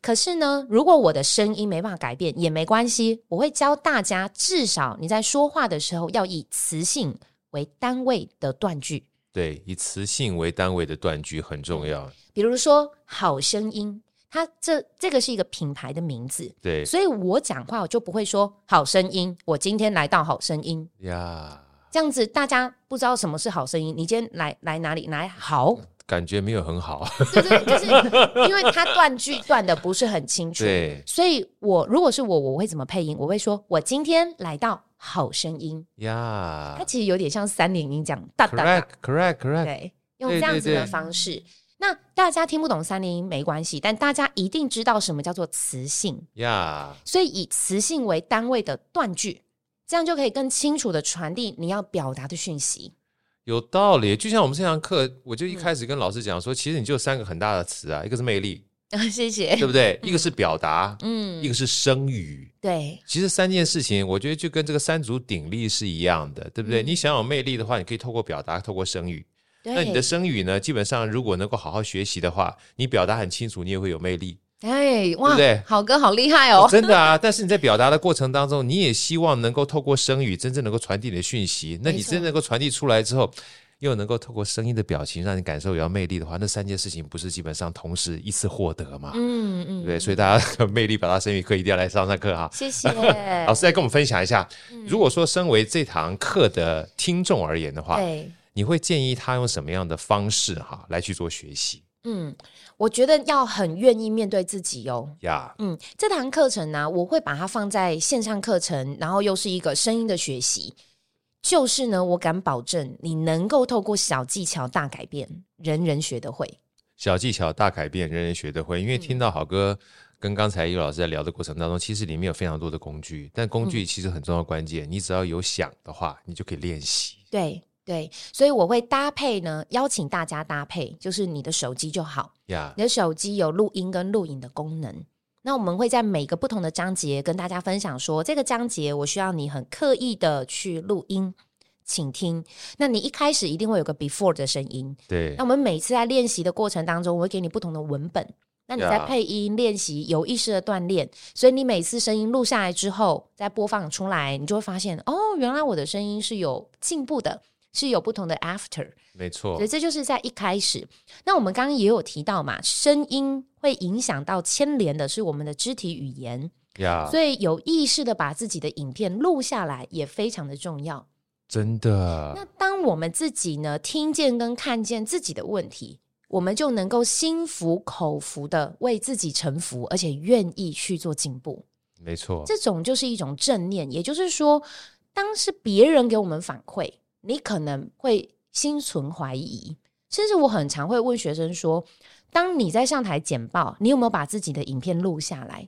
可是呢，如果我的声音没办法改变也没关系，我会教大家，至少你在说话的时候要以词性为单位的断句。
对，以词性为单位的断句很重要。
比如说《好声音》，它这这个是一个品牌的名字，
对
所以我讲话我就不会说《好声音》，我今天来到《好声音》，
呀，
这样子大家不知道什么是好声音。你今天来来哪里来好？
感觉没有很好。
对对，就是因为它断句断的不是很清楚，
对
所以我如果是我，我会怎么配音？我会说我今天来到。好声音，
呀
它其实有点像三连音这样，哒哒哒
，correct correct correct。
对，
嗯
用
对
这样
对
子的
对
方式。那大家听不懂三连音没关系，但大家一定知道什么叫做词性，
呀
所以以词性为单位的断句，这样就可以更清楚的传递你要表达的讯息。 <laughs>
有道理。就像我们这堂课，我
嗯
就一开始跟老师讲说，其实你就三个很大的词啊，一个是魅力，
谢谢
对。不对？一个是表达，一
嗯，
个是声语。
对，
其实三件事情，我觉得就跟这个三足鼎立是一样的，对不对？
嗯
你想有魅力的话，你可以透过表达，透过声语。
对，
那你的声语呢？基本上如果能够好好学习的话，你表达很清楚，你也会有魅力，
哎
对
哇，
不对
好哥好厉害
<laughs>
哦！
真的啊。但是你在表达的过程当中，你也希望能够透过声语真正能够传递你的讯息。那你
没错
真正能够传递出来之后，又能够透过声音的表情让你感受有魅力的话，那三件事情不是基本上同时一次获得嘛？
嗯
对
嗯，
不对，所以大家魅力表达声语课一定要来上上课哈。啊
谢谢
<laughs> 老师再跟我们分享一下，
嗯
如果说身为这堂课的听众而言的话，
对。
你会建议他用什么样的方式哈来去做学习？
嗯，我觉得要很愿意面对自己哦。
呀？
嗯，这堂课程呢、我会把它放在线上课程，然后又是一个声音的学习。就是呢，我敢保证，你能够透过小技巧大改变，人人学得会。
小技巧大改变，人人学得会。因为
嗯
听到好哥跟刚才于老师在聊的过程当中，其实里面有非常多的工具，但工
嗯
具其实很重要的关键，你只要有想的话，你就可以练习。
对对，所以我会搭配呢，邀请大家搭配，就是你的手机就好，
呀
你的手机有录音跟录影的功能。那我们会在每个不同的章节跟大家分享说，这个章节我需要你很刻意的去录音，请听。那你一开始一定会有个 before 的声音，
对
那我们每次在练习的过程当中，我会给你不同的文本，那你在
Yeah
配音练习有意识的锻炼，所以你每次声音录下来之后，再播放出来，你就会发现哦，原来我的声音是有进步的，是有不同的 after，
没错
所以，这就是在一开始。那我们刚刚也有提到嘛，声音会影响到牵连的是我们的肢体语言，
呀，
所以有意识的把自己的影片录下来也非常的重要。
真的
那当我们自己呢听见跟看见自己的问题，我们就能够心服口服的为自己臣服，而且愿意去做进步。
没错，
这种就是一种正念，也就是说，当是别人给我们反馈，你可能会心存怀疑，甚至我很常会问学生说：，当你在上台简报，你有没有把自己的影片录下来？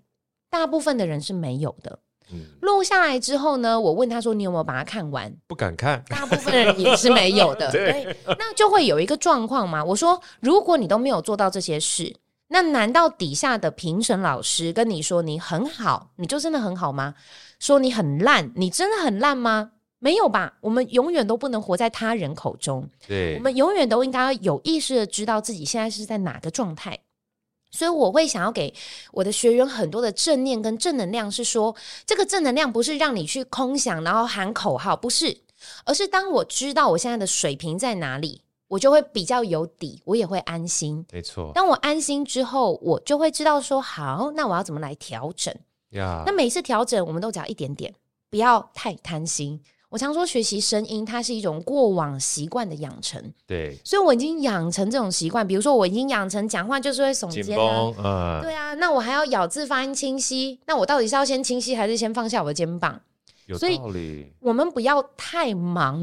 大部分的人是没有的。
嗯，
录下来之后呢，我问他说：“你有没有把它看完？”
不敢看，
大部分人也是没有的。
对
对，那就会有一个状况嘛。我说，如果你都没有做到这些事，那难道底下的评审老师跟你说你很好，你就真的很好吗？说你很烂，你真的很烂吗？没有吧？我们永远都不能活在他人口中，
对
我，们永远都应该有意识的知道自己现在是在哪个状态。所以我会想要给我的学员很多的正念跟正能量，是说这个正能量不是让你去空想，然后喊口号，不是，而是当我知道我现在的水平在哪里，我就会比较有底，我也会安心。
没错
当我安心之后，我就会知道说好，那我要怎么来调整。
呀
那，每次调整，我们都只要一点点，不要太贪心。我常说，学习声音它是一种过往习惯的养成，
对，
所以我已经养成这种习惯。比如说，我已经养成讲话就是会耸
紧
肩、啊，
绷，嗯，
对啊，那我还要咬字发音清晰，那我到底是要先清晰还是先放下我的肩膀？
有
所以
道
<laughs>
理，
我们不要太忙，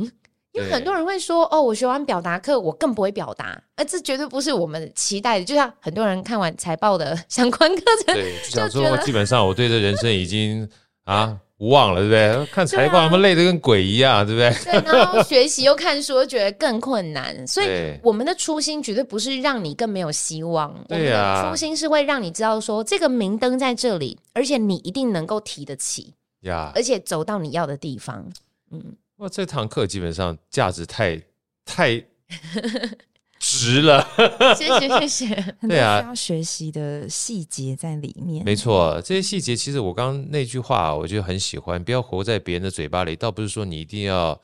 因为
对
很多人会说：“哦，我学完表达课，我更不会表达。”呃，这绝对不是我们期待的。就像很多人看完财报的相关课程，
对，就想
就觉
说
得
基本上我对这人生已
<laughs>
经啊无望了，对不对？看财报
对啊
他们累得跟鬼一样，对不对？
对，然后学习又看书，又觉得更困
<laughs>
难。所以
对，
我们的初心绝对不是让你更没有希望，
对啊
我们的初心是会让你知道说这个明灯在这里，而且你一定能够提得起，
呀，
而且走到你要的
<laughs>
地方。嗯，
哇，这堂课基本上价值太太值了。 <laughs>
谢谢谢谢。
很多
对啊
需要学习的细节在里面。
没错，这些细节其实我刚刚那句话，我就很喜欢，不要活在别人的嘴巴里。倒不是说你一定要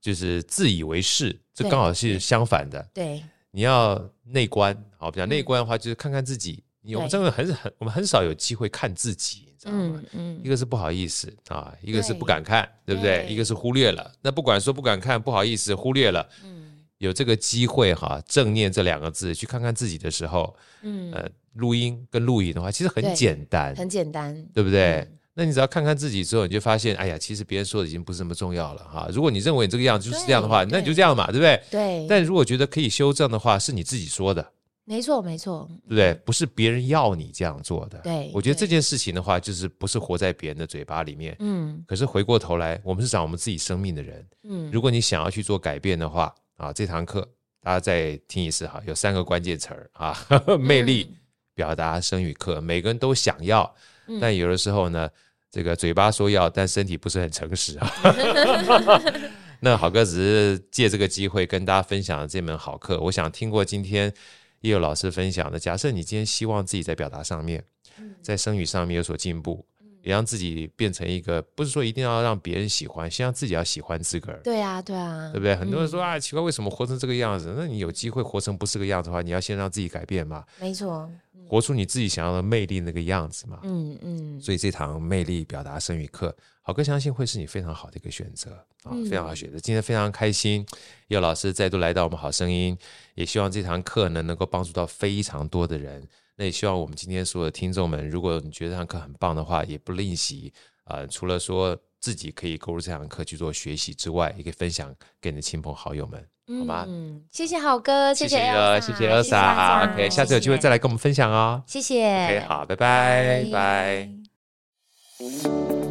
就是自以为是，这
对
刚好是相反的。
<laughs> 对
你要内观，好，比较
嗯
内观的话，就是看看自己。你我们
对
真的很很，我们很少有机会看自己，你知道吗？
嗯嗯
一，个是不好意思啊，一个是
对
不敢看，对不对？
对
一个是忽略了。那不管说不敢看、不好意思、忽略了，
嗯
有这个机会哈，正念这两个字去看看自己的时候，
嗯，
呃，录音跟录影的话，其实很
对
简单，
很简单。
对不对
嗯？
那你只要看看自己之后，你就发现，哎呀，其实别人说的已经不是那么重要了哈。如果你认为你这个样子就是这样的话，
对
那你就这样嘛，对不对？
对，
但如果觉得可以修正的话，是你自己说的，
没错没错，
对不对？不是别人要你这样做的。
对
我觉得
对
这件事情的话，就是不是活在别人的嘴巴里面。
嗯
可是回过头来，我们是长我们自己生命的人。
嗯
如果你想要去做改变的话，啊，这堂课大家再听一次哈，有三个关键词儿啊， <laughs>
嗯
魅力、表达、声语课，每个人都想要，
嗯
但有的时候呢，这个嘴巴说要，但身体不是很诚实
<laughs>
啊。那好哥只是借这个机会跟大家分享这门好课。我想听过今天叶友
嗯
老师分享的，假设你今天希望自己在表达上面、在声语上面有所进步，也让自己变成一个，不是说一定要让别人喜欢，先让自己要喜欢自个儿，
对啊，对啊，
对不对？很多人说啊，奇怪，为什么活成这个样子？那你有机会活成不是这个样子的话，你要先让自己改变嘛，
没错，
活出你自己想要的魅力那个样子嘛。
嗯嗯，
所以这堂魅力表达声语课，好哥相信会是你非常好的一个选择啊，
嗯
非常好的选择。今天非常开心，叶老师再度来到我们好声音，也希望这堂课呢能够帮助到非常多的人。那也希望我们今天所有的听众们，如果你觉得这堂课很棒的话，也不吝惜呃，除了说自己可以购入这堂课去做学习之外，也可以分享给你的亲朋好友们。好吧
嗯，谢谢好哥，谢
谢
，Elsa，
谢谢 Elsa。OK，下次有机会再来跟我们分享哦。
谢谢
OK，好，拜拜，
拜
拜。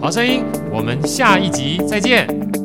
好声音，我们下一集再见。